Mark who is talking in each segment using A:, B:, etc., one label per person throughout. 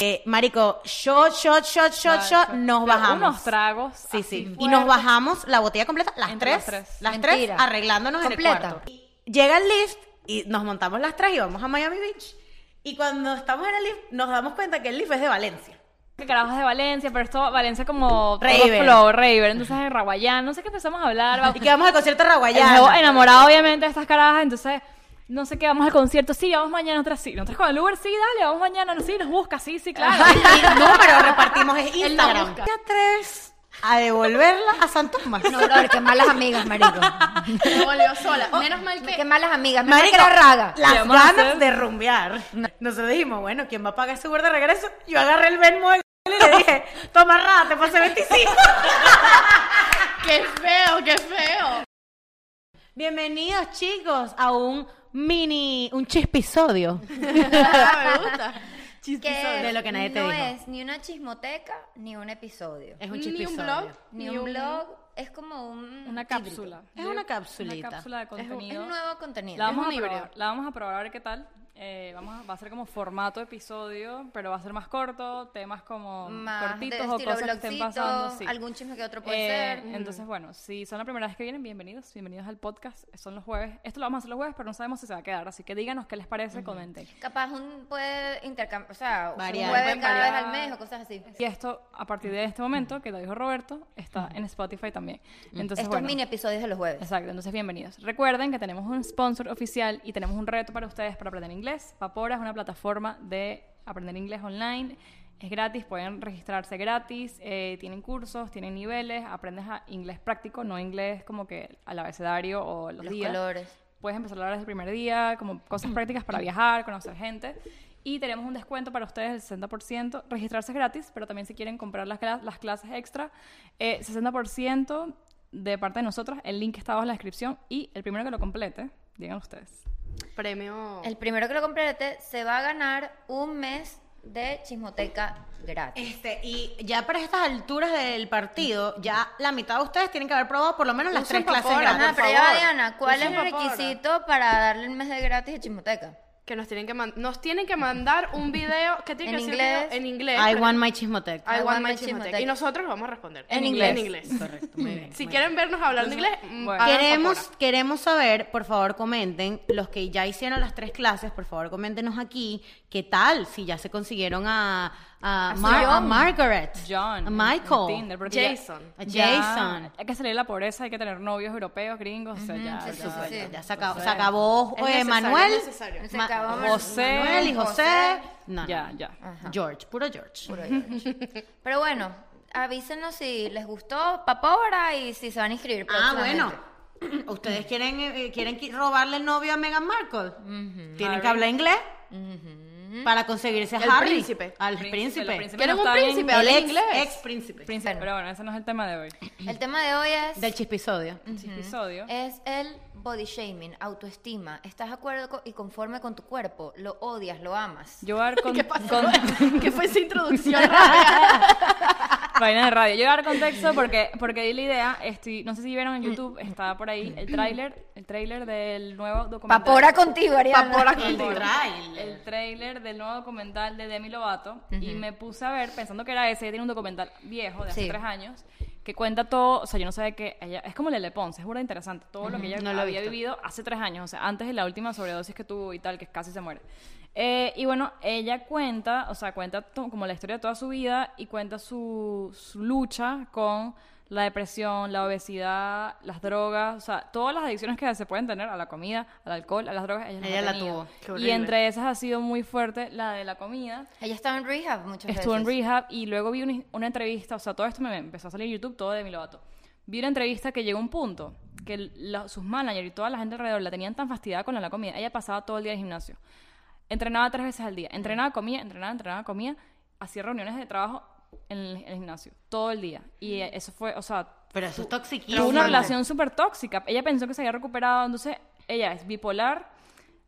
A: Eh, marico, shot, shot, shot, shot, shot, nos
B: Pero
A: bajamos.
B: Unos tragos.
A: Sí,
B: así
A: sí. Y
B: fuertes.
A: nos bajamos la botella completa, las
B: Entre
A: tres,
B: las tres.
A: las tres,
C: Mentira.
A: arreglándonos en el
C: Completa.
A: cuarto. Y llega el lift y nos montamos las tres y vamos a Miami Beach. Y cuando estamos en el lift, nos damos cuenta que el lift es de Valencia.
B: Que carajos de Valencia, pero esto Valencia como todo
A: Raver.
B: flow, Raver, entonces en Raguayán, no sé qué empezamos a hablar. va-
A: Y que vamos al concierto de
B: El nuevo
A: Raguayana.
B: enamorado obviamente de estas carajas, entonces no sé qué, vamos al concierto, sí, vamos mañana, otras sí, nosotros con el Uber, sí, dale, vamos mañana, no, sí, nos busca, sí, sí, claro.
A: Y- No, pero repartimos es
C: Él la
A: Instagram.
C: busca.
A: ¿Te atreves a devolverla a San Tomás?
C: No, brother, qué malas amigas, marico. Oh,
D: Me volvió sola. Menos mal que.
C: Qué malas amigas. Menos
A: Marico,
C: que era raga.
A: las
B: ¿Qué vamos a
A: ganas
B: hacer?
A: de rumbear. Nosotros dijimos, bueno, ¿quién va a pagar su Uber de regreso? Yo agarré el Venmo del y le dije, toma rata, pues te pasé 25.
D: ¡Qué feo, qué feo!
A: Bienvenidos, chicos, a un mini, un chispisodio.
D: Ah, me gusta.
C: Que
A: de lo que nadie te
C: no
A: dijo.
C: es ni una chismoteca ni un episodio.
A: Es un
D: Ni
A: chispisodio.
D: un blog,
C: Ni un blog, es como un...
B: Una
C: híbrido.
B: cápsula.
A: Es
B: de-
A: una capsulita.
B: Una cápsula de
C: Es
B: contenido.
C: nuevo contenido.
B: La vamos,
D: un
B: a
D: libro.
B: probar, la vamos a probar a ver qué tal. Eh, vamos a- va a ser como formato episodio, pero va a ser más corto, temas como
C: Más
B: cortitos
C: de
B: o
C: estilo
B: cosas que estén
C: blogcito,
B: pasando. sí.
C: algún chisme que otro puede
B: Eh,
C: ser.
B: Entonces, bueno, si son la primera vez que vienen, bienvenidos, bienvenidos al podcast. Son los jueves. Esto lo vamos a hacer los jueves, pero no sabemos si se va a quedar. Así que díganos qué les parece, comenten.
C: Capaz un puede intercambiar, o sea,
A: Variar.
C: un jueves
B: Pueden
C: cada vez
B: variar.
C: al mes o cosas así.
B: Y esto, a partir de este momento, que lo dijo Roberto, está en Spotify también. Entonces,
C: Estos
B: bueno,
C: mini episodios de los jueves.
B: Exacto, entonces bienvenidos. Recuerden que tenemos un sponsor oficial y tenemos un reto para ustedes para aprender inglés. Papora es una plataforma de aprender inglés online. Es gratis, pueden registrarse gratis, eh, tienen cursos, tienen niveles, aprendes a inglés práctico, no inglés como que al abecedario o los,
C: Los
B: días.
C: colores.
B: Puedes empezar a hablar desde el primer día, como cosas prácticas para viajar, conocer gente. Y tenemos un descuento para ustedes del 60%. Registrarse es gratis, pero también si quieren comprar las, cla- las clases extra, eh, 60% de parte de nosotros. El link está abajo en la descripción. Y el primero que lo complete, digan ustedes.
D: Oh.
A: Premio.
C: El primero que lo complete se va a ganar un mes de chismoteca gratis.
A: Este, y ya para estas alturas del partido, ya la mitad de ustedes tienen que haber probado por lo menos las
D: Usen
A: tres clases
D: Papora,
A: gratis.
C: Ajá,
D: por
C: pero ya va,
D: favor,
C: Diana, ¿cuál es
D: usen
C: el
D: Papora.
C: requisito para darle un mes de gratis de chismoteca?
D: Que nos tienen que, man- nos tienen que mandar un video que tiene
C: En
D: que
C: inglés.
D: ser en inglés.
A: I
D: pero-
A: want my chismotec.
D: I want my chismoteca. Y nosotros vamos a responder.
C: En
D: En
C: inglés.
D: inglés.
A: Correcto, muy bien.
D: Si quieren vernos hablar de inglés, mm,
B: Bueno.
D: hagan
A: Queremos,
D: favor.
A: queremos saber, por favor, comenten, los que ya hicieron las tres clases, por favor, coméntenos aquí, qué tal, si ya se consiguieron a, a,
B: A
A: Mar- a
B: John.
A: Margaret,
B: John.
A: a
B: en-
A: Michael,
B: en Tinder, porque ya-
D: Jason.
A: a
B: ya
A: Jason.
B: hay que salir de la pobreza, hay que tener novios europeos, gringos. o sea, ya-
C: sí, sí,
B: ya-
C: sí, sí.
A: Ya se acabó,
B: Entonces,
A: se acabó eh,
D: Es necesario,
A: Manuel,
D: es necesario.
C: Se
A: Ma-
C: acabó Manuel.
B: José.
A: Manuel y José.
C: José.
A: No, no,
B: Ya,
A: no.
B: ya.
C: Ajá.
A: George, puro George.
C: Puro George. Pero bueno, avísenos si les gustó Papora y si se van a inscribir.
A: Ah,
C: próximamente.
A: bueno. ¿Ustedes quieren, eh, eh, quieren qui- robarle el novio a Meghan Markle? Tienen que hablar inglés para conseguirse a
D: El
A: Harry.
D: príncipe.
A: Al
B: Príncipe,
A: príncipe.
B: los príncipes
D: ¿Quieren
B: no
D: un
B: están en-
D: príncipe?
A: El
D: Habla
A: ex,
D: inglés.
A: ex príncipe.
B: príncipe, Pero bueno, ese no es el tema de hoy.
C: El tema de hoy es,
A: Del chispisodio.
B: Este episodio.
A: Eh,
C: es el body shaming, autoestima. ¿Estás de acuerdo co- y conforme con tu cuerpo? ¿Lo odias? ¿Lo amas?
B: Yo voy a dar con-
D: ¿Qué pasó?
B: con-
D: ¿Qué fue esa introducción rápida?
B: Vaina de radio. Yo voy a dar contexto porque, porque di la idea. Estoy, no sé si vieron en YouTube, está por ahí el tráiler, el tráiler del nuevo documental.
C: Papora contigo, Ariana.
D: Papora
A: El
D: contigo.
A: trailer.
B: El tráiler del nuevo documental de Demi Lovato. Y me puse a ver, pensando que era ese, ella tiene un documental viejo de hace
C: Sí.
B: tres años, que cuenta todo, o sea, yo no sabía que ella, es como Lele Ponce, es burda interesante, todo lo que ella
A: no lo he
B: había
A: visto.
B: vivido hace tres años, o sea, antes de la última sobredosis que tuvo y tal, que casi se muere. Eh, y bueno, ella cuenta, o sea, cuenta to- como la historia de toda su vida y cuenta su, su lucha con la depresión, la obesidad, las drogas, o sea, todas las adicciones que se pueden tener a la comida, al alcohol, a las drogas, ella, las
A: Ella
B: ha
A: la
B: tenido.
A: tuvo.
D: Qué
B: Y
D: horrible.
B: entre esas ha sido muy fuerte la de la comida.
C: Ella estaba en rehab muchas
B: Estuvo en
C: veces.
B: rehab y luego vi una, una entrevista, o sea, todo esto me empezó a salir en YouTube, todo de mi Lovato. Vi una entrevista que llegó a un punto que la- sus managers y toda la gente alrededor la tenían tan fastidiada con la comida. Ella pasaba todo el día en el gimnasio. Entrenaba tres veces al día. Entrenaba, comía, entrenaba, entrenaba, comía. Hacía reuniones de trabajo en el, en el gimnasio, todo el día. Y eh, eso fue, o sea,
A: Pero eso es toxiquísimo.
B: tuvo una relación súper tóxica. Ella pensó que se había recuperado, entonces ella es bipolar,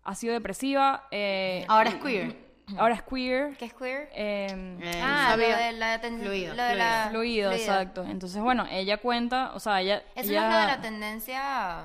B: ha sido depresiva, eh,
A: Ahora es queer.
B: ahora es queer.
C: ¿Qué es queer?
B: eh,
A: Eh,
C: ah, lo
D: sabía.
C: de la... ten-
A: Fluido,
C: lo de la-
B: Fluido, exacto. Entonces, bueno, ella cuenta, o sea, ella...
C: Eso
B: ella-
C: no es lo de la tendencia...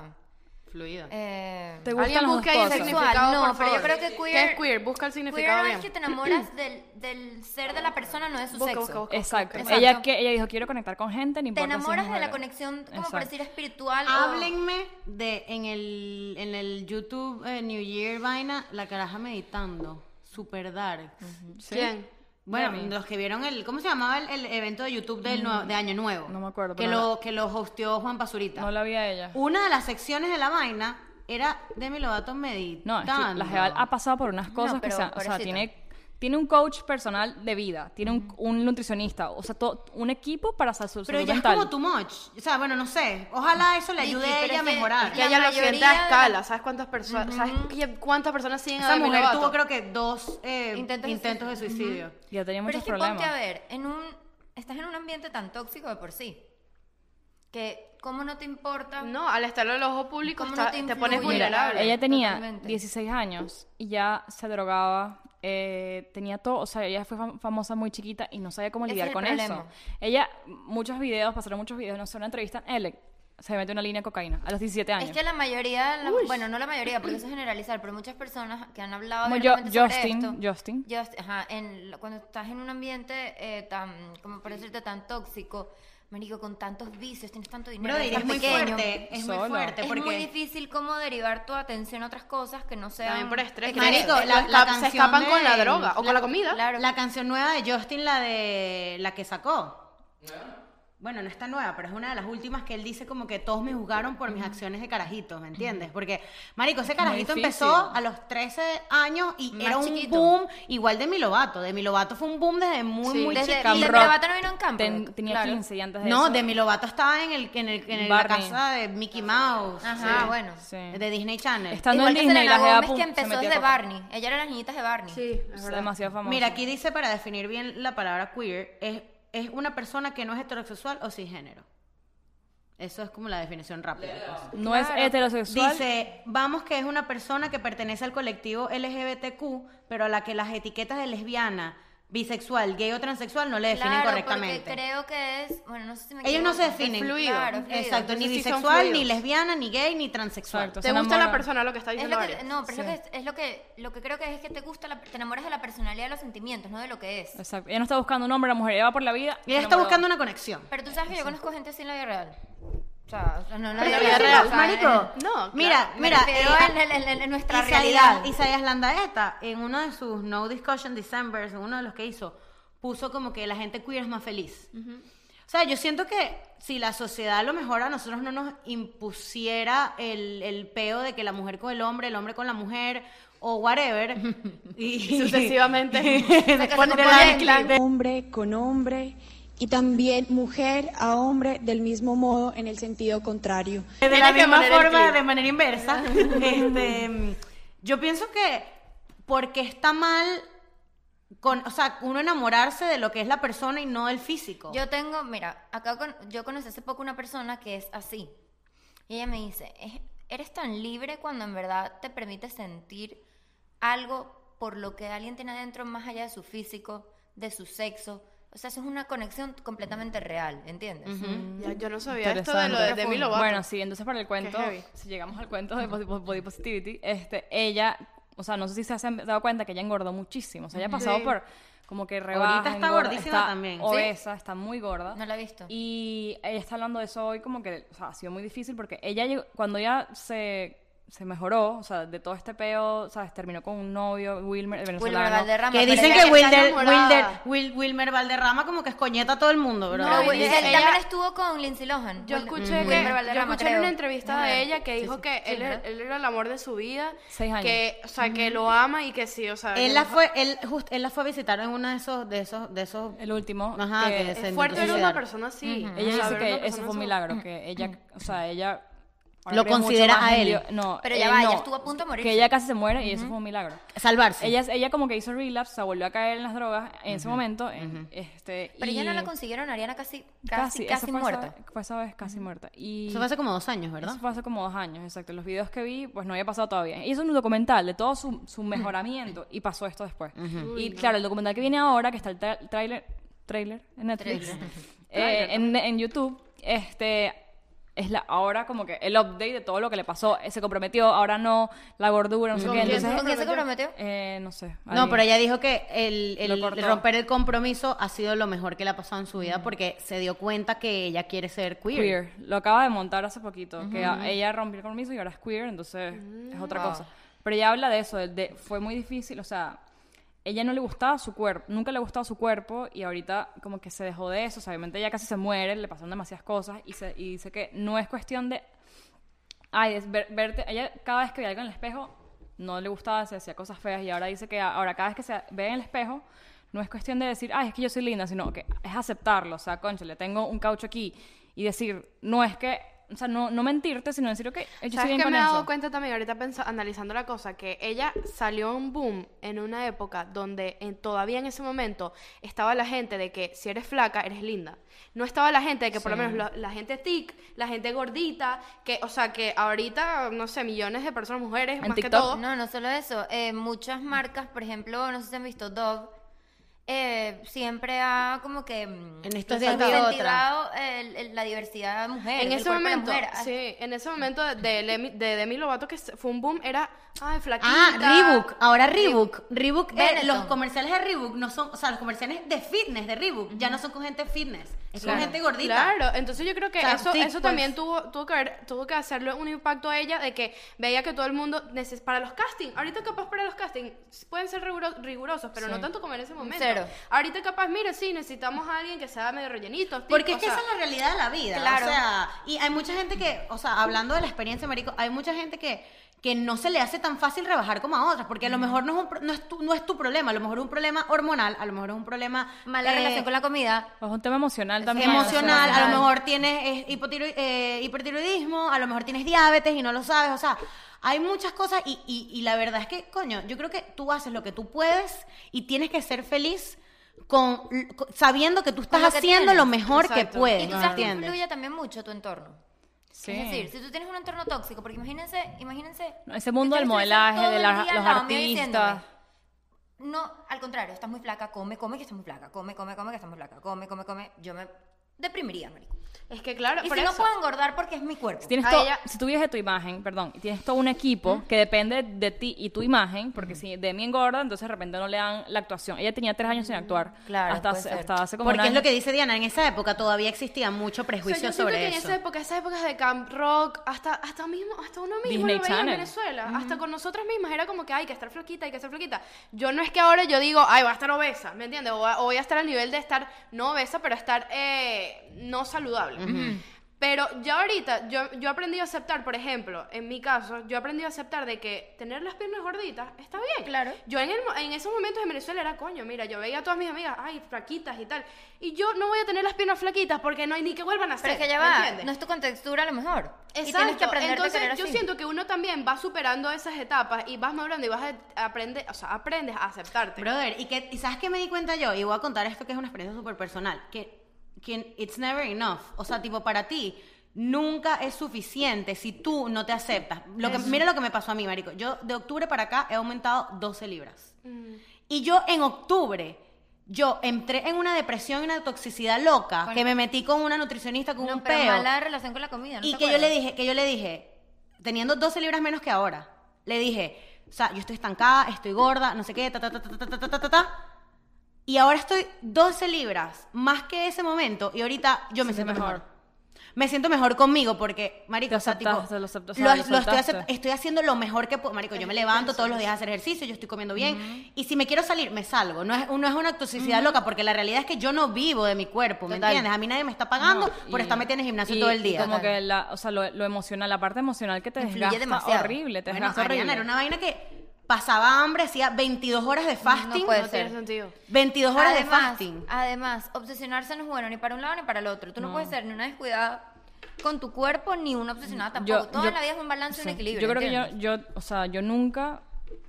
D: Fluida.
C: Eh,
B: ¿Te
D: Alguien
B: gustan los dos
D: busca ahí el
B: cosas?
C: sexual,
D: significado,
C: no,
D: por
C: pero yo
D: favor.
C: creo que
D: ¿Qué
C: queer-
D: es queer? Busca
C: queer
D: el significado
C: no es que
D: bien.
C: te enamoras del, del ser de la persona, no de su
D: Busca,
C: sexo.
D: busca, busca.
B: Exacto.
C: Exacto.
B: Ella, que, ella dijo, quiero conectar con gente, no
C: Te
B: importa si es
C: enamoras de
B: mujer".
C: la conexión, como por
B: Exacto.
C: decir, espiritual. o-
A: Háblenme de en el, en el YouTube eh, New Year vaina, la caraja meditando. Super dark.
B: ¿Sí?
D: ¿Quién?
A: Bueno,
B: Demi.
A: los que vieron el, ¿cómo se llamaba el, el evento de YouTube del nuevo- de Año Nuevo?
B: Mm, No me acuerdo,
A: Que
B: pero
A: lo, que lo hosteó Juan Pasurita.
B: No la vi a
C: Uh,
B: ella.
A: Una de las secciones de la vaina era Demi Lovato meditando.
B: No, es que la Jeval ha pasado por unas cosas que
C: pero
B: sea, o sea,
C: pobrecita.
B: tiene, tiene un coach personal de vida, tiene un, un nutricionista, o sea, todo, un equipo para sa- su
A: Pero
B: salud
A: ya es
B: mental.
A: como too much. O sea, bueno, no sé. Ojalá eso le
C: Vicky,
A: ayude a
C: pero
A: ella a
C: es que-
A: mejorar.
C: es
D: Que
C: La
D: ella lo siente
C: mayoría de
D: a
C: la-
D: escala. ¿Sabes cuántas personas, ¿sabes qué- cuántas personas siguen a
A: Esa
D: Demi
A: mujer
D: Lovato?
A: tuvo creo que dos eh, intentos,
C: Intentos
A: de
C: de
A: suicidio.
B: Ya tenía
C: Pero
B: muchos
C: es que ponte a
B: problemas.
C: ver, en un, estás en un ambiente tan tóxico de por sí, que cómo no te importa...
D: No, al estar en el ojo público
C: ¿Cómo
D: está-
C: no
D: te,
C: te
D: pones
C: influye?
D: vulnerable.
B: Ella tenía
C: Totalmente.
B: 16 años y ya se drogaba, eh, tenía todo, o sea, ella fue fam- famosa muy chiquita y no sabía cómo
C: Ese
B: lidiar
C: es el
B: con eso.
C: problema.
B: Ella, muchos videos, pasaron muchos videos, no sé, una entrevista, él se mete una línea de cocaína a los 17 años.
C: Es que la mayoría, la- bueno, no la mayoría, porque eso es generalizar, pero muchas personas que han hablado
B: Como
C: abiertamente
B: yo-
C: sobre
B: Justin,
C: esto-
B: Justin.
C: Just- ajá, en lo- cuando estás en un ambiente eh, tan, como por decirte, tan tóxico, marico, con tantos vicios, tienes tanto dinero,
A: Brody, es
C: eres tan
A: muy
C: pequeño.
A: fuerte. Es muy
B: Solo.
A: fuerte.
C: Es
A: Porque...
C: muy difícil cómo derivar tu atención a otras cosas que no sean...
D: También por estrés.
A: Marico,
D: que
A: la-
D: se-
A: la
D: se
A: canción
D: escapan con la
A: de-
D: droga o con la comida.
C: Claro.
A: La canción nueva de Justin, la de la que sacó. Bueno, no está nueva, pero es una de las últimas que él dice como que todos me juzgaron por mis acciones de carajitos, ¿me entiendes? Porque, marico, ese carajito
B: difícil.
A: empezó a los 13 años y
C: Más
A: era un
C: chiquito.
A: boom igual de Milovato. De Milovato fue un boom desde muy,
D: Sí,
A: muy
C: desde-
A: chiquito.
B: Camp
C: y de
B: Rock.
C: Trevato no vino en Camp
B: Ten-
C: Rock,
B: tenía
C: claro.
B: 15 y antes de
A: No,
B: eso.
A: Demi Lovato estaba en el en el en el- la
B: Barney.
A: casa de Mickey Mouse,
C: Ajá, bueno.
B: Sí.
A: de Disney Channel.
B: Está- Estando
C: Igual
B: en
C: que
B: Disney,
C: Selena
B: la jeva,
C: Gomez
B: pum,
C: que
B: se
C: empezó
B: metía
C: de
B: coca.
C: Barney. Ella era las niñitas de Barney.
D: Sí, es
B: Es
D: verdad.
B: demasiado famosa.
A: Mira, aquí dice para definir bien la palabra queer, es, es una persona que no es heterosexual o cisgénero. Eso es como la definición rápida. pues.
B: No es heterosexual.
A: Dice, vamos que es una persona que pertenece al colectivo LGBTQ, pero a la que las etiquetas de lesbiana, bisexual, gay o transexual no le definen
C: Claro,
A: correctamente.
C: porque creo que es, bueno, no sé si me
A: Ellos no se
C: equivoco.
A: definen.
D: Es fluido.
C: Claro, fluido.
A: Exacto, ni
D: Entonces sí son
A: bisexual, ni
D: fluidos.
A: lesbiana, ni gay, ni transexual.
B: Exacto.
D: ¿Te
B: Se
D: gusta
B: enamora.
D: la persona lo que está
C: Es
D: diciendo
C: lo que,
D: Arias?
C: no, pero es lo que es lo que lo que creo que es que te gusta la- te enamoras de la personalidad de los sentimientos, no de lo que es.
B: Exacto. Ella no está buscando un hombre o una mujer, ella va por la vida.
A: Ella está
B: enamorada.
A: buscando una conexión.
C: Pero tú sabes que yo conozco gente así en la vida real. O sea, o sea, no en la
D: Pero
C: vida
D: es que sí,
C: real. o sea,
A: marico,
C: en-
D: No, claro.
A: mira,
C: me
A: mira,
C: refiero
A: eh,
C: en, en- en- en nuestra
A: Isaías-
C: realidad.
A: Isaías Landaeta, en uno de sus No Discussion December, en uno de los que hizo, puso como que la gente queer es más feliz. O sea, yo siento que si la sociedad a lo mejor a nosotros no nos impusiera el, el peo de que la mujer con el hombre, el hombre con la mujer, o whatever, y
D: Sucesivamente.
A: se pone
D: se
A: la-
D: mezclan.
E: hombre con hombre y también mujer a hombre del mismo modo en el sentido contrario.
A: De
D: Tiene
A: la
D: que
A: misma
D: poner el
A: forma,
D: clip.
A: de manera inversa. este, yo pienso que porque está mal, con, o sea, uno enamorarse de lo que es la persona y no del físico.
C: Yo tengo, mira, acá con- yo conocí hace poco una persona que es así. Y ella me dice, "Es- eres tan libre cuando en verdad te permite sentir algo por lo que alguien tiene adentro más allá de su físico, de su sexo. O sea, eso es una conexión completamente real, ¿entiendes?
D: Ya, yo no sabía esto de lo de Demi Lovato.
B: Bueno, sí, entonces para el cuento,
D: heavy.
B: si llegamos al cuento de posi- body positivity, este, ella, o sea, no sé si se han dado cuenta que ella engordó muchísimo. O sea, ella ha pasado
D: Sí.
B: por como que rebaja,
A: Ahorita está
B: engorda,
A: gordísima
B: está
A: también. ¿Sí?
B: Obesa, está muy gorda.
C: No la he visto.
B: Y ella está hablando de eso hoy como que, o sea, ha sido muy difícil porque ella llegó- cuando ella se, se mejoró, o sea, de todo este peo, ¿sabes? Terminó con un novio, Wilmer, el venezolano.
C: Valderrama,
A: que
C: pero
A: dicen
C: ella-
A: que Wilder,
D: enamorada.
A: Wilder, Wil- Wilmer Valderrama como que escoñeta a todo el mundo, bro.
C: Pero
D: No,
C: Wilmer-
D: dice-
C: él
D: ella-
C: también estuvo con Lindsay Lohan.
D: Yo
C: Wil-
D: escuché, que,
C: Wilmer
D: yo
C: Valderrama,
D: escuché en
C: creo.
D: una entrevista
C: Ajá.
D: de ella que dijo que
C: sí,
D: él, era-
C: ¿verdad?
D: él era el amor de su vida.
B: Seis años.
D: Que, o sea, que lo ama y que sí, o sea.
A: Él
D: que
A: la
D: no-
A: fue, él, just- él la fue a visitar en uno de esos, de esos, de esos.
B: El último.
A: Ajá,
B: que-
A: que se
D: Es fuerte ver
A: suicidar.
D: una persona así.
B: Ella
D: O sea,
B: dice
D: ver una
B: que eso
D: persona
B: fue un
D: así.
B: milagro, que ella, o sea, ella...
A: Lo
B: ahora cree mucho
A: considera
B: más
A: a
B: en
A: él.
B: Dios- No,
C: Pero
B: él
C: ya va, ella
B: no,
C: estuvo a punto de morirse.
B: Que ella casi se muere y eso fue un milagro.
A: Salvarse.
B: Ella, ella como que hizo relapse, o sea, volvió a caer en las drogas en ese momento. en- este,
C: Pero
B: y
C: ya no la consiguieron, Ariana casi, casi,
B: esa
C: casi
B: fue esa-
C: muerta.
B: fue esa vez casi muerta. Y
A: Eso fue hace como dos años, ¿verdad?
B: eso fue hace como dos años, exacto. Los videos que vi, pues no había pasado todavía. Hizo un documental de todo su, su mejoramiento y pasó esto después. Y claro, el documental que viene ahora, que está el tra- trailer, trailer en Netflix, eh, en, en YouTube, este, es la ahora como que el update de todo lo que le pasó. Eh, Se comprometió, ahora no, la gordura, no sé
D: ¿Con
B: qué.
D: quién?
B: Entonces,
C: ¿Con quién se comprometió?
B: eh, no sé.
A: No,
B: alguien.
A: pero ella dijo que el, el
B: Lo cortó.
A: romper el compromiso ha sido lo mejor que le ha pasado en su vida porque se dio cuenta que ella quiere ser queer.
B: Queer. Lo acaba de montar hace poquito. Que a- ella rompió el compromiso y ahora es queer, entonces es otra
C: Wow.
B: cosa. Pero ella habla de eso, de, de- fue muy difícil, o sea, ella no le gustaba su cuerpo, nunca le gustaba su cuerpo y ahorita como que se dejó de eso, o sea, obviamente ella casi se muere, le pasaron demasiadas cosas y, se, y dice que no es cuestión de, ay, es ver- verte, ella cada vez que veía algo en el espejo no le gustaba, se decía cosas feas y ahora dice que a- ahora cada vez que se ve en el espejo no es cuestión de decir, ay, es que yo soy linda, sino que es aceptarlo, o sea, concha, le tengo un caucho aquí y decir, no es que, o sea, no, no mentirte, sino decir, ok, yo estoy
D: ¿Sabes
B: bien
D: qué
B: con
D: me he
B: eso.
D: dado cuenta también ahorita pensa- analizando la cosa? Que ella salió un boom en una época donde en- todavía en ese momento estaba la gente de que si eres flaca, eres linda. No estaba la gente de que por lo
B: Sí.
D: menos la, la gente tic, la gente gordita, que, o sea, que ahorita, no sé, millones de personas, mujeres, más que
B: TikTok?
D: todo.
C: No, no solo eso. eh, muchas marcas, por ejemplo, no sé si han visto Dove, eh, siempre ha como que mm,
A: En estos días vi otra.
C: incentivado el- el- la diversidad de mujeres.
D: en
C: el
D: ese
C: cuerpo de la
D: momento,
C: mujer. Ah,
D: sí, en ese momento de, de, Lemi- de Demi Lovato que se- fue un boom era, ay, flaquita.
A: Ah, Reebok, ahora Reebok. Reebok, eh,
C: Benetton.
A: los comerciales de Reebok no son, o sea, los comerciales de fitness de Reebok ya no son con gente fitness, es
B: Claro.
A: con gente gordita.
D: Claro, entonces yo creo que
A: O sea,
D: eso,
A: sí,
D: eso
A: pues.
D: también tuvo, tuvo que haber- tuvo que hacerle un impacto a ella de que veía que todo el mundo neces- para los castings, ahorita capaz para los castings pueden ser riguro- rigurosos, pero no tanto como en ese momento.
C: Cero.
D: Ahorita capaz, mira, sí, necesitamos a alguien que sea medio rellenito. tipo,
A: Porque
D: o
A: es que
D: sea,
A: esa es la realidad de la vida.
C: Claro.
A: O sea, y hay mucha gente que, o sea, hablando de la experiencia, Marico, hay mucha gente que, que no se le hace tan fácil rebajar como a otras, porque a lo mejor no es, un pro- no, es tu, no es tu problema, a lo mejor es un problema hormonal, a lo mejor es un problema
C: Mala
A: eh,
C: relación con la comida.
B: Es un tema emocional también. o sea,
A: emocional, a
C: emocional.
A: lo mejor tienes eh, hipotiro- eh, hipertiroidismo, a lo mejor tienes diabetes y no lo sabes, o sea, hay muchas cosas y, y- y la verdad es que, coño, yo creo que tú haces lo que tú puedes y tienes que ser feliz con, con- sabiendo que tú estás
C: lo que
A: haciendo
C: tienes.
A: lo mejor que
D: Exacto.
A: puedes,
C: Y tú sabes que
A: ¿entiendes?
C: influye también mucho tu entorno.
B: sí.
C: Es decir, si tú tienes un entorno tóxico, porque imagínense, imagínense.
B: No, ese mundo
C: que
B: del
C: ustedes estén
B: modelaje,
C: todo
B: de
C: el
B: la-
C: día al
B: los
C: lado mío diciéndome,
B: artistas.
C: No, al contrario, estás muy flaca, come, come que estás muy flaca, come, come, come que estás muy flaca, come, come, come. Yo me deprimiría, marico.
D: es que claro,
C: Y
D: por
C: si no
D: eso.
C: puedo engordar porque es mi cuerpo.
B: Si, tienes
D: A
B: to-
D: ella-
B: si tú vives de tu imagen, perdón, y tienes todo un equipo que depende de ti y tu imagen, porque si de mí engorda, entonces de repente no le dan la actuación. Ella tenía tres años sin actuar.
C: Claro,
B: hasta,
C: puede
B: hace,
C: ser.
B: hasta hace como
A: Porque
B: un
A: es lo
B: año.
A: que dice Diana, en esa época todavía existía mucho
D: O sea,
A: prejuicio
D: yo siento
A: sobre
D: que en
A: eso.
D: esa época, esas épocas de camp rock, hasta, hasta, mismo, hasta uno mismo
B: Disney
D: lo veía
B: Channel.
D: en Venezuela, hasta con nosotras mismas era como que hay que estar flaquita, hay que estar flaquita. Yo no es que ahora yo digo, ay, voy a estar obesa, ¿me entiendes? O, va- o voy a estar al nivel de estar no obesa, pero estar eh, no saludable. Pero ya ahorita, yo, yo he aprendido a aceptar, por ejemplo, en mi caso, yo he aprendido a aceptar de que tener las piernas gorditas está bien.
C: Claro.
D: Yo en, el mo- en esos momentos en Venezuela era coño, mira, yo veía a todas mis amigas, ay, flaquitas y tal. Y yo no voy a tener las piernas flaquitas porque no hay ni que vuelvan a
C: Pero
D: hacer.
C: es que ya
D: ¿me
C: va,
D: entiendes?
C: no es tu contextura a lo mejor. Y
D: Exacto.
C: tienes que aprender
D: Entonces,
C: a querer
D: yo
C: así.
D: siento que uno también va superando esas etapas y vas madurando y vas a aprender, o sea, aprendes a aceptarte.
A: Brother, y, que, y ¿sabes qué me di cuenta yo? Y voy a contar esto que es una experiencia súper personal. Que, que it's never enough. O sea, tipo, para ti nunca es suficiente si tú no te aceptas. Lo que, mira lo que me pasó a mí, marico. Yo de octubre para acá he aumentado 12 libras.
C: Mm.
A: Y yo en octubre... Yo entré en una depresión y una toxicidad loca
C: Con-
A: que me metí con una nutricionista con
C: No,
A: un
C: pero
A: peo.
C: mala relación con la comida. ¿no
A: Y
C: te
A: que yo le
C: acuerdas?
A: dije, que yo le dije, teniendo 12 libras menos que ahora, le dije, o sea, yo estoy estancada, estoy gorda, no sé qué, ta, ta, ta, ta, ta, ta, ta, ta, ta, ta. Y ahora estoy 12 libras más que ese momento y ahorita yo me
B: Sí,
A: siento mejor.
B: mejor.
A: Me siento mejor conmigo porque, marico,
B: Te
A: o sea, tipo,
B: aceptaste, lo aceptaste,
A: lo-
B: lo
A: lo estoy,
B: aceptaste.
A: acept- estoy haciendo lo mejor que puedo. Marico, yo me levanto todos los días a hacer ejercicio, yo estoy comiendo bien. Y si me quiero salir, me salgo. No es, no es una toxicidad loca porque la realidad es que yo no vivo de mi cuerpo, ¿me
C: Total.
A: entiendes? A mí nadie me está pagando
B: No,
A: por
B: y-
A: estar metida en el gimnasio
B: y-
A: todo el
B: y
A: día.
B: como
C: Claro.
B: que la, o sea, lo, lo emocional, la parte emocional que te
C: Influye
B: desgasta
C: demasiado.
B: horrible, te
A: Bueno,
B: desgasta horrible.
A: Ariana era una vaina que pasaba hambre, hacía 22 horas de fasting.
C: puede
D: no tiene
C: ser.
D: sentido.
A: 22 horas
C: además,
A: de fasting.
C: Además, obsesionarse no es bueno ni para un lado ni para el otro. Tú no, puedes ser ni una descuidada con tu cuerpo ni una obsesionada tampoco.
B: Yo-
C: Toda
B: yo-
C: la vida es un balance y
B: sí.
C: un equilibrio.
B: Yo creo
C: ¿entiendes?
B: que yo, yo, o sea, yo nunca,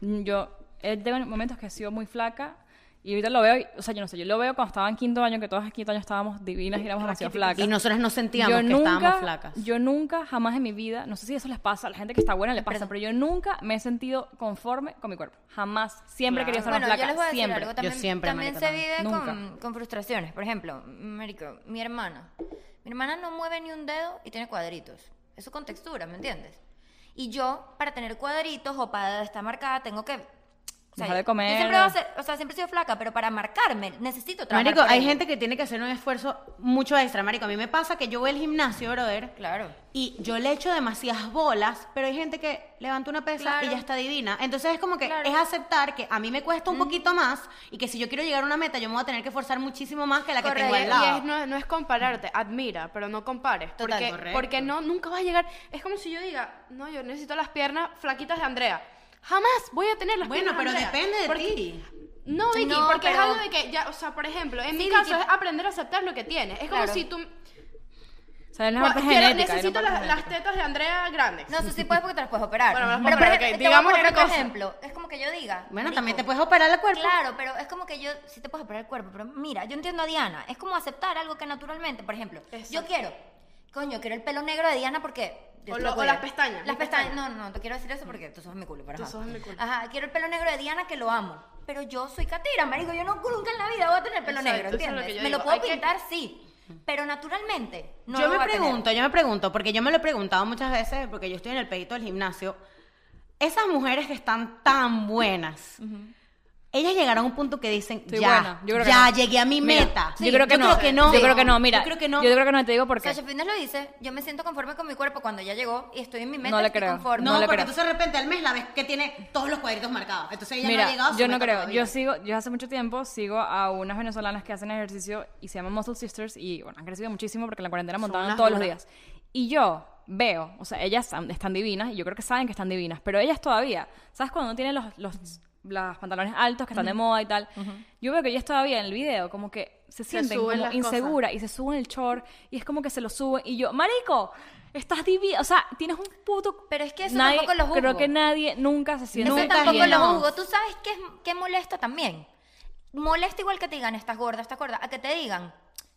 B: yo he tenido momentos que he sido muy flaca y ahorita lo veo, y- o sea, yo no sé, yo lo veo cuando estaba en quinto año, que todas en quinto año estábamos divinas y éramos demasiado flacas.
A: Y nosotras no sentíamos
B: yo
A: que
B: nunca,
A: estábamos flacas.
B: Yo nunca, jamás en mi vida, no sé si eso les pasa, a la gente que está buena le pasa,
C: Perdón.
B: pero yo nunca me he sentido conforme con mi cuerpo. Jamás. Siempre he querido estar
C: Bueno,
B: más
C: yo
B: flaca.
C: les voy a decir
B: siempre.
C: algo también.
A: siempre,
C: también
A: marica,
C: se
A: también.
C: vive
B: Nunca.
C: con, con frustraciones. Por ejemplo, marico, mi hermana. Mi hermana no mueve ni un dedo y tiene cuadritos. Eso con textura, ¿me entiendes? Y yo, para tener cuadritos o para estar marcada, tengo que... O
B: Dejar de comer.
C: yo siempre, voy a ser- o sea, siempre he sido flaca, pero para marcarme necesito trabajar.
A: Marico,
C: por
A: hay
C: ello.
A: gente que tiene que hacer un esfuerzo mucho extra. Marico, a mí me pasa que yo voy al gimnasio, brother,
C: Claro.
A: y yo le echo demasiadas bolas, pero hay gente que levanta una pesa
C: Claro.
A: y ya está divina. Entonces es como que
C: Claro.
A: es aceptar que a mí me cuesta un poquito más y que si yo quiero llegar a una meta, yo me voy a tener que forzar muchísimo más que la que
C: Correcto.
A: tengo al
D: Y
A: lado.
D: es, no, es- no es compararte, admira, pero no compares.
C: Total,
D: porque,
A: correcto.
D: porque no, nunca vas a llegar. Es como si yo diga, no, yo necesito las piernas flaquitas de Andrea. Jamás voy a tener las
A: Bueno,
D: piernas
A: pero
D: Andrea.
A: depende de
D: Porque-
A: ti.
D: No, Vicky,
C: No,
D: porque es
C: pero-
D: algo de que, ya, o sea, por ejemplo, en mi
C: Sí,
D: caso
C: Vicky.
D: es aprender a aceptar lo que tienes. Es
C: Claro.
D: como si tú.
B: O sea, es la
D: Bueno,
B: parte
D: quiero-
B: genética,
D: necesito
B: es la
D: las,
B: parte
D: las
B: genética.
D: tetas de Andrea grandes.
C: No, eso sí puedes porque te las puedes operar.
D: Bueno, me las puedo
C: pero por
D: operar,
C: ejemplo,
D: ok.
C: te voy a
D: Digamos
C: poner
D: otra
C: otro
D: cosa.
C: ejemplo. Es como que yo diga.
A: Bueno,
C: marico,
A: también te puedes operar el cuerpo.
C: Claro, pero es como que yo sí te puedes operar el cuerpo, pero mira, yo entiendo a Diana, es como aceptar algo que naturalmente, por ejemplo, yo
D: Exacto.
C: quiero, coño, quiero el pelo negro de Diana porque Dios
D: O
C: te
D: lo- o
C: cuida.
D: las pestañas,
C: Las
D: mis
C: pestañas, no,
D: pestañas.
C: no, no te quiero decir eso porque tú sos mi culo, pero
D: Tú
C: ajá.
D: sos mi culo.
C: Ajá, quiero el pelo negro de Diana que lo amo, pero yo soy catira, marico, yo no nunca en la vida voy a tener pelo
D: Exacto,
C: negro,
D: eso es lo
C: ¿entiendes?
D: que yo
C: Me lo
D: digo,
C: puedo
D: hay que-
C: pintar, sí, pero naturalmente no
A: yo
C: lo
A: me
C: voy a tener.
A: pregunto, yo me pregunto, porque yo me lo he preguntado muchas veces, porque yo estoy en el pedito del gimnasio. Esas mujeres que están tan buenas, ellas llegarán a un punto que dicen,
B: Estoy
A: ya,
B: buena. Yo creo que
A: ya
B: no.
A: llegué a mi
B: Mira,
A: meta.
B: yo creo que no. Yo creo que no, mira.
A: Yo creo que no.
B: Yo creo que no, te digo por qué.
C: Sasha Fitness lo dice, yo me siento conforme con mi cuerpo cuando ya llegó y estoy en mi meta,
B: No le
C: estoy
B: creo.
C: conforme.
A: No,
B: No le
A: porque
B: creo.
A: entonces de repente al mes la ves que tiene todos los cuadritos marcados. Entonces ella no ha
B: Mira,
A: llegado a su
B: yo no
A: meta
B: creo.
A: todavía.
B: Yo sigo, yo hace mucho tiempo sigo a unas venezolanas que hacen ejercicio y se llaman Muscle Sisters y bueno, han crecido muchísimo porque en la cuarentena montaban
D: unas
B: todos los
D: duras.
B: días. Y yo veo, o sea, ellas am- están divinas y yo creo que saben que están divinas, pero ellas todavía, ¿sabes cuando uno tiene los, los las pantalones altos que están de moda y tal? Yo veo que ellas todavía en el video como que se sienten
D: suben
B: como
D: las cosas.
B: inseguras y se suben el short y es como que se lo suben y yo, marico, estás divina, o sea, tienes un puto...
C: Pero es que eso
B: Nadie-
C: tampoco lo
B: Creo
C: juzgo.
B: que nadie nunca se siente
C: Eso
A: Nunca
C: tampoco lo
A: lleno.
C: juzgo. ¿Tú sabes qué, es, qué molesta también? Molesta igual que te digan, estás gorda, estás gorda, a que te digan,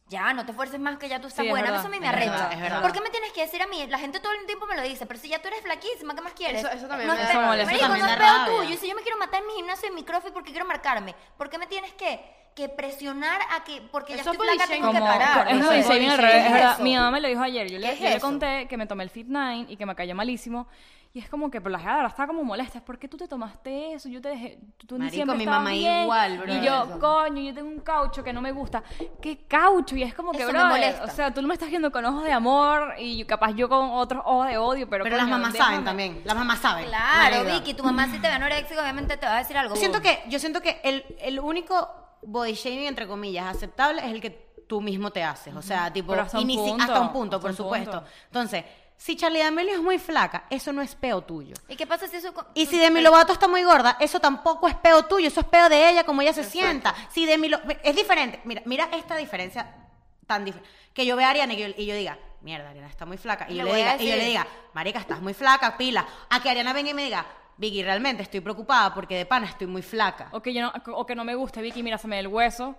C: ya, no te fuerces más que ya tú estás
B: Sí, es
C: buena.
B: verdad,
C: eso a mí me
B: es
C: arrecha.
A: verdad, es verdad.
C: ¿Por qué me tienes que decir a mí? La gente todo el tiempo me lo dice, pero si ya tú eres flaquísima, ¿qué más quieres?
D: Eso- eso también
C: no
D: me
C: es
D: da
C: pe-
D: rabia. Eso
C: Marico,
A: también
C: no es
A: da
C: pedo
A: rabia.
C: tuyo. Y Si yo me quiero matar en mi gimnasio y mi crossfit porque quiero marcarme, ¿por qué me tienes que, que presionar a que, porque ya
D: Eso
C: estoy
D: es
C: flaca, tengo
D: body
C: que
B: como
D: shaming.
C: parar?
B: es
C: no
B: como
C: sé.
B: dice bien al
C: ¿Qué
B: revés,
C: es
B: es verdad.
C: eso?
B: Mi mamá me lo dijo ayer. Yo
C: ¿Qué
B: le,
C: es
B: yo le
C: eso?
B: conté que me tomé el Fit 9 y que me cayó malísimo. Y es como que, por la jada, ahora está como molesta. ¿Por qué tú te tomaste eso? Yo te dejé. Tú en
A: Marico,
B: diciembre
A: mi
B: estabas
A: mamá
B: bien.
A: igual, bro.
B: Y yo, coño, yo tengo un caucho que no me gusta. ¿Qué caucho? Y es como que,
C: Eso me
B: bro.
C: molesta.
B: O sea, tú me estás viendo con ojos de amor y capaz yo con otros ojos de odio. Pero,
A: Pero las
B: coño,
A: mamás
B: déjame.
A: saben también. Las mamás saben.
C: Claro,
A: Marico.
C: Vicky, tu mamá si te ve anoréxica, obviamente te va a decir algo.
A: Yo siento que, yo siento que el, el único body shaming, entre comillas, aceptable es el que tú mismo te haces. O sea, tipo,
B: Pero hasta
A: y
B: un
A: ni si-
B: punto,
A: hasta un punto,
B: hasta
A: por
B: un
A: supuesto.
B: punto.
A: Entonces, si Charlie D'Amelio es muy flaca, eso no es peo tuyo.
C: ¿Y qué pasa si eso... co-
A: Y si
C: tú-
A: Demi Lovato está muy gorda, eso tampoco es peo tuyo, eso es peo de ella, como ella se sienta. Si Demi Lo- Es diferente. Mira, mira esta diferencia tan diferente. Que yo vea a Ariana y yo, y yo diga, mierda, Ariana está muy flaca. Y
C: Le
A: yo, le
C: voy a
A: diga, y yo
C: decir.
A: le diga, marica, estás muy flaca, pila. A que Ariana venga y me diga, Vicky, realmente estoy preocupada porque de pana estoy muy flaca.
B: O que, yo no, o que no me guste, Vicky, mira, se me ve el hueso.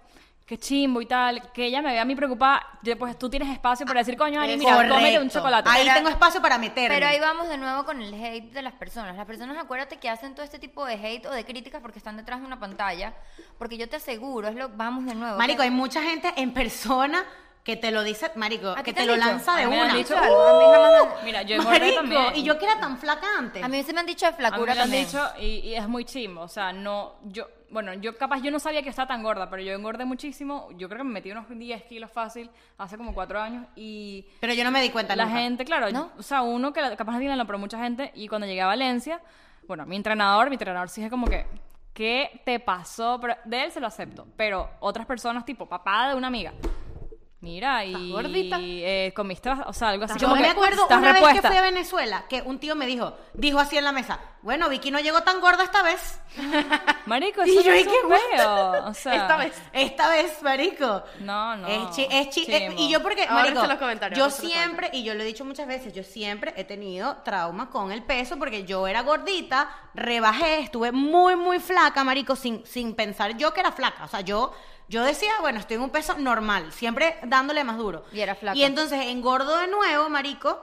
B: Qué chimbo y tal. Que ella me vea a mí preocupada. yo, Pues tú tienes espacio para decir, coño, Ani, mira,
A: Correcto.
B: cómete un chocolate.
A: Ahí
C: Pero-
A: tengo espacio para meterme.
C: Pero ahí vamos de nuevo con el hate de las personas. Las personas, acuérdate que hacen todo este tipo de hate o de críticas porque están detrás de una pantalla. Porque yo te aseguro, es lo vamos de nuevo.
A: Marico,
C: que-
A: hay mucha gente en persona que te lo dice, marico,
C: ¿A ti
A: que
C: te
A: te
C: han
A: lo
C: dicho?
A: lanza de
B: A mí me
A: una.
B: han dicho
A: ¡Uh!
B: algo, a mí jamás- Mira, yo engordé
A: Marico,
B: también.
A: y yo que era tan flaca antes.
C: a mí se me han dicho de
B: A mí
C: flacura
B: me lo han
C: también.
B: dicho y, y es muy chimbo. O sea, no, yo, bueno, yo capaz yo no sabía que estaba tan gorda, pero yo engordé muchísimo. Yo creo que me metí unos 10 kilos fácil hace como 4 años y
A: Pero yo no me di cuenta
B: la
A: nunca.
B: gente, claro,
C: ¿No?
B: o sea, uno que la- capaz no tiene la pero mucha gente. Y cuando llegué a Valencia, bueno, mi entrenador, mi entrenador sí es como que, ¿qué te pasó? Pero de él se lo acepto, pero otras personas, tipo papá de una amiga. Mira, y
D: gordita?
B: eh, comiste, o sea, algo así
A: Yo
B: como
A: me
B: que,
A: acuerdo
B: "Estás
A: una vez que
B: repuesta".
A: fui a Venezuela que un tío me dijo, dijo así en la mesa, bueno, Vicky no llegó tan gorda esta vez.
B: Marico,
A: Y
B: eso
A: yo
B: no
A: dije,
B: es un
A: "What?"
B: peo, o sea,
D: Esta vez.
A: Esta vez, marico.
B: No, no,
A: Es chi- es chi- es-
B: chimbo.
A: y yo porque,
D: Ahora
A: marico,
D: en los comentarios,
A: yo
D: ahora en los
A: siempre, y yo lo he dicho muchas veces, yo siempre he tenido trauma con el peso porque yo era gordita, rebajé, estuve muy, muy flaca, marico, sin, sin pensar yo que era flaca. O sea, yo, yo decía, bueno, estoy en un peso normal, siempre dándole más duro.
C: Y era flaca.
A: Y entonces engordo de nuevo, marico,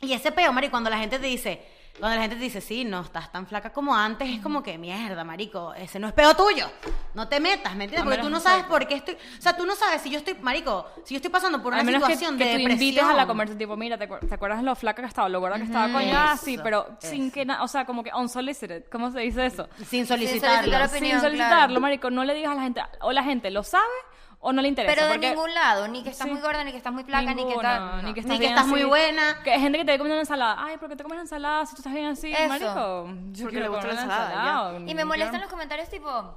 A: y ese peo, marico, cuando la gente te dice... Cuando la gente te dice, sí, no estás tan flaca como antes, es como que mierda, marico, ese no es pedo tuyo. No te metas, ¿me entiendes?
B: A
A: Porque
B: menos
A: tú no
B: que
A: sabes
B: sea-
A: por qué estoy. O sea, tú no sabes si yo estoy, marico, si yo estoy pasando por
B: A
A: una
B: menos que,
A: situación
B: que
A: de
B: tú
A: depresión.
B: invites a la conversación, tipo, mira, ¿te, acuer- te acuerdas lo flaca que estaba, lo gorda que estaba, coño? Ah, sí,
A: eso,
B: pero sin
A: eso.
B: que nada, o sea, como que unsolicited, ¿cómo se dice eso?
A: Sin
C: solicitar
A: solicitarlo.
C: la opinión,
B: sin solicitarlo,
C: claro.
B: marico, no le digas a la gente, o la gente lo sabe o no le interesa.
C: Pero de
B: porque-
C: ningún lado, ni que estás
B: Sí.
C: muy gorda, ni que estás muy placa, ni que
B: Ninguna,
C: tal.
B: ni
C: no.
A: Ni
B: que estás,
A: que
B: bien
A: estás muy
B: así.
A: buena.
B: Que hay gente que te come una ensalada. Ay, ¿por qué te comes ensalada si tú estás bien así,
C: Eso.
B: marico? Yo
D: Porque
B: quiero
D: le gusta
B: comer
D: la
B: una
D: ensalada,
B: ensalada,
C: Y me
B: yo-
C: molestan los comentarios tipo,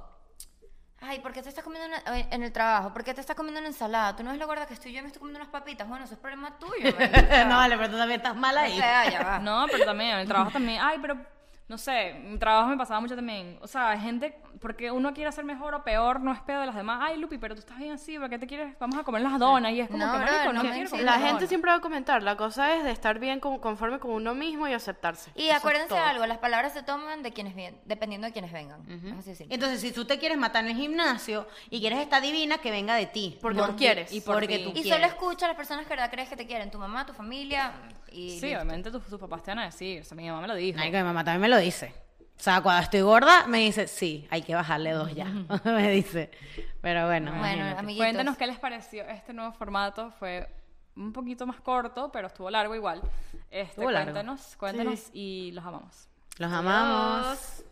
C: ay, ¿por qué te estás comiendo una- eh, en el trabajo? ¿Por qué te estás comiendo una ensalada? Tú no ves lo gorda que estoy yo, me estoy comiendo unas papitas. Bueno, eso es problema tuyo. marica.
A: no, vale, pero tú también estás mal
C: O
A: ahí.
C: sea, ya va.
B: No, pero también, en el trabajo también. Ay, pero no sé, en mi trabajo me pasaba mucho también. O sea, hay gente, porque uno quiere ser mejor o peor, no es pedo de las demás. Ay, Lupi, pero tú estás bien así, ¿por qué te quieres? Vamos a comer las donas. Y es como
C: No,
B: que,
C: bro,
B: marico, no,
C: no me
B: quiero comer
C: exigas.
D: La
B: las
D: gente
B: donas.
D: siempre va a comentar. La cosa es de estar bien con- conforme con uno mismo y aceptarse.
C: Y
D: Eso es
C: acuérdense de
D: todo.
C: algo, las palabras se toman de quienes vienen, dependiendo de quienes vengan. Es así de simple.
A: Entonces, si tú te quieres matar en el gimnasio y quieres estar divina, que venga de ti.
D: Porque tú quieres.
A: Y porque
B: ti.
A: tú
C: Y
A: quieres.
C: solo escucha a las personas que de verdad crees que te quieren, tu mamá, tu familia. Y
B: Sí,
C: listo.
B: obviamente tus, tus papás te van a decir. O sea, mi mamá me lo dijo.
A: Ay, que mi mamá también me lo dice. O sea, cuando estoy gorda, me dice, sí, hay que bajarle dos ya. me dice. Pero bueno,
C: Bueno,
A: imagínate.
C: amiguitos.
B: Cuéntenos qué les pareció este nuevo formato. Fue un poquito más corto, pero estuvo largo igual. Este,
A: Estuvo largo.
B: cuéntenos, cuéntenos y los amamos.
A: los amamos.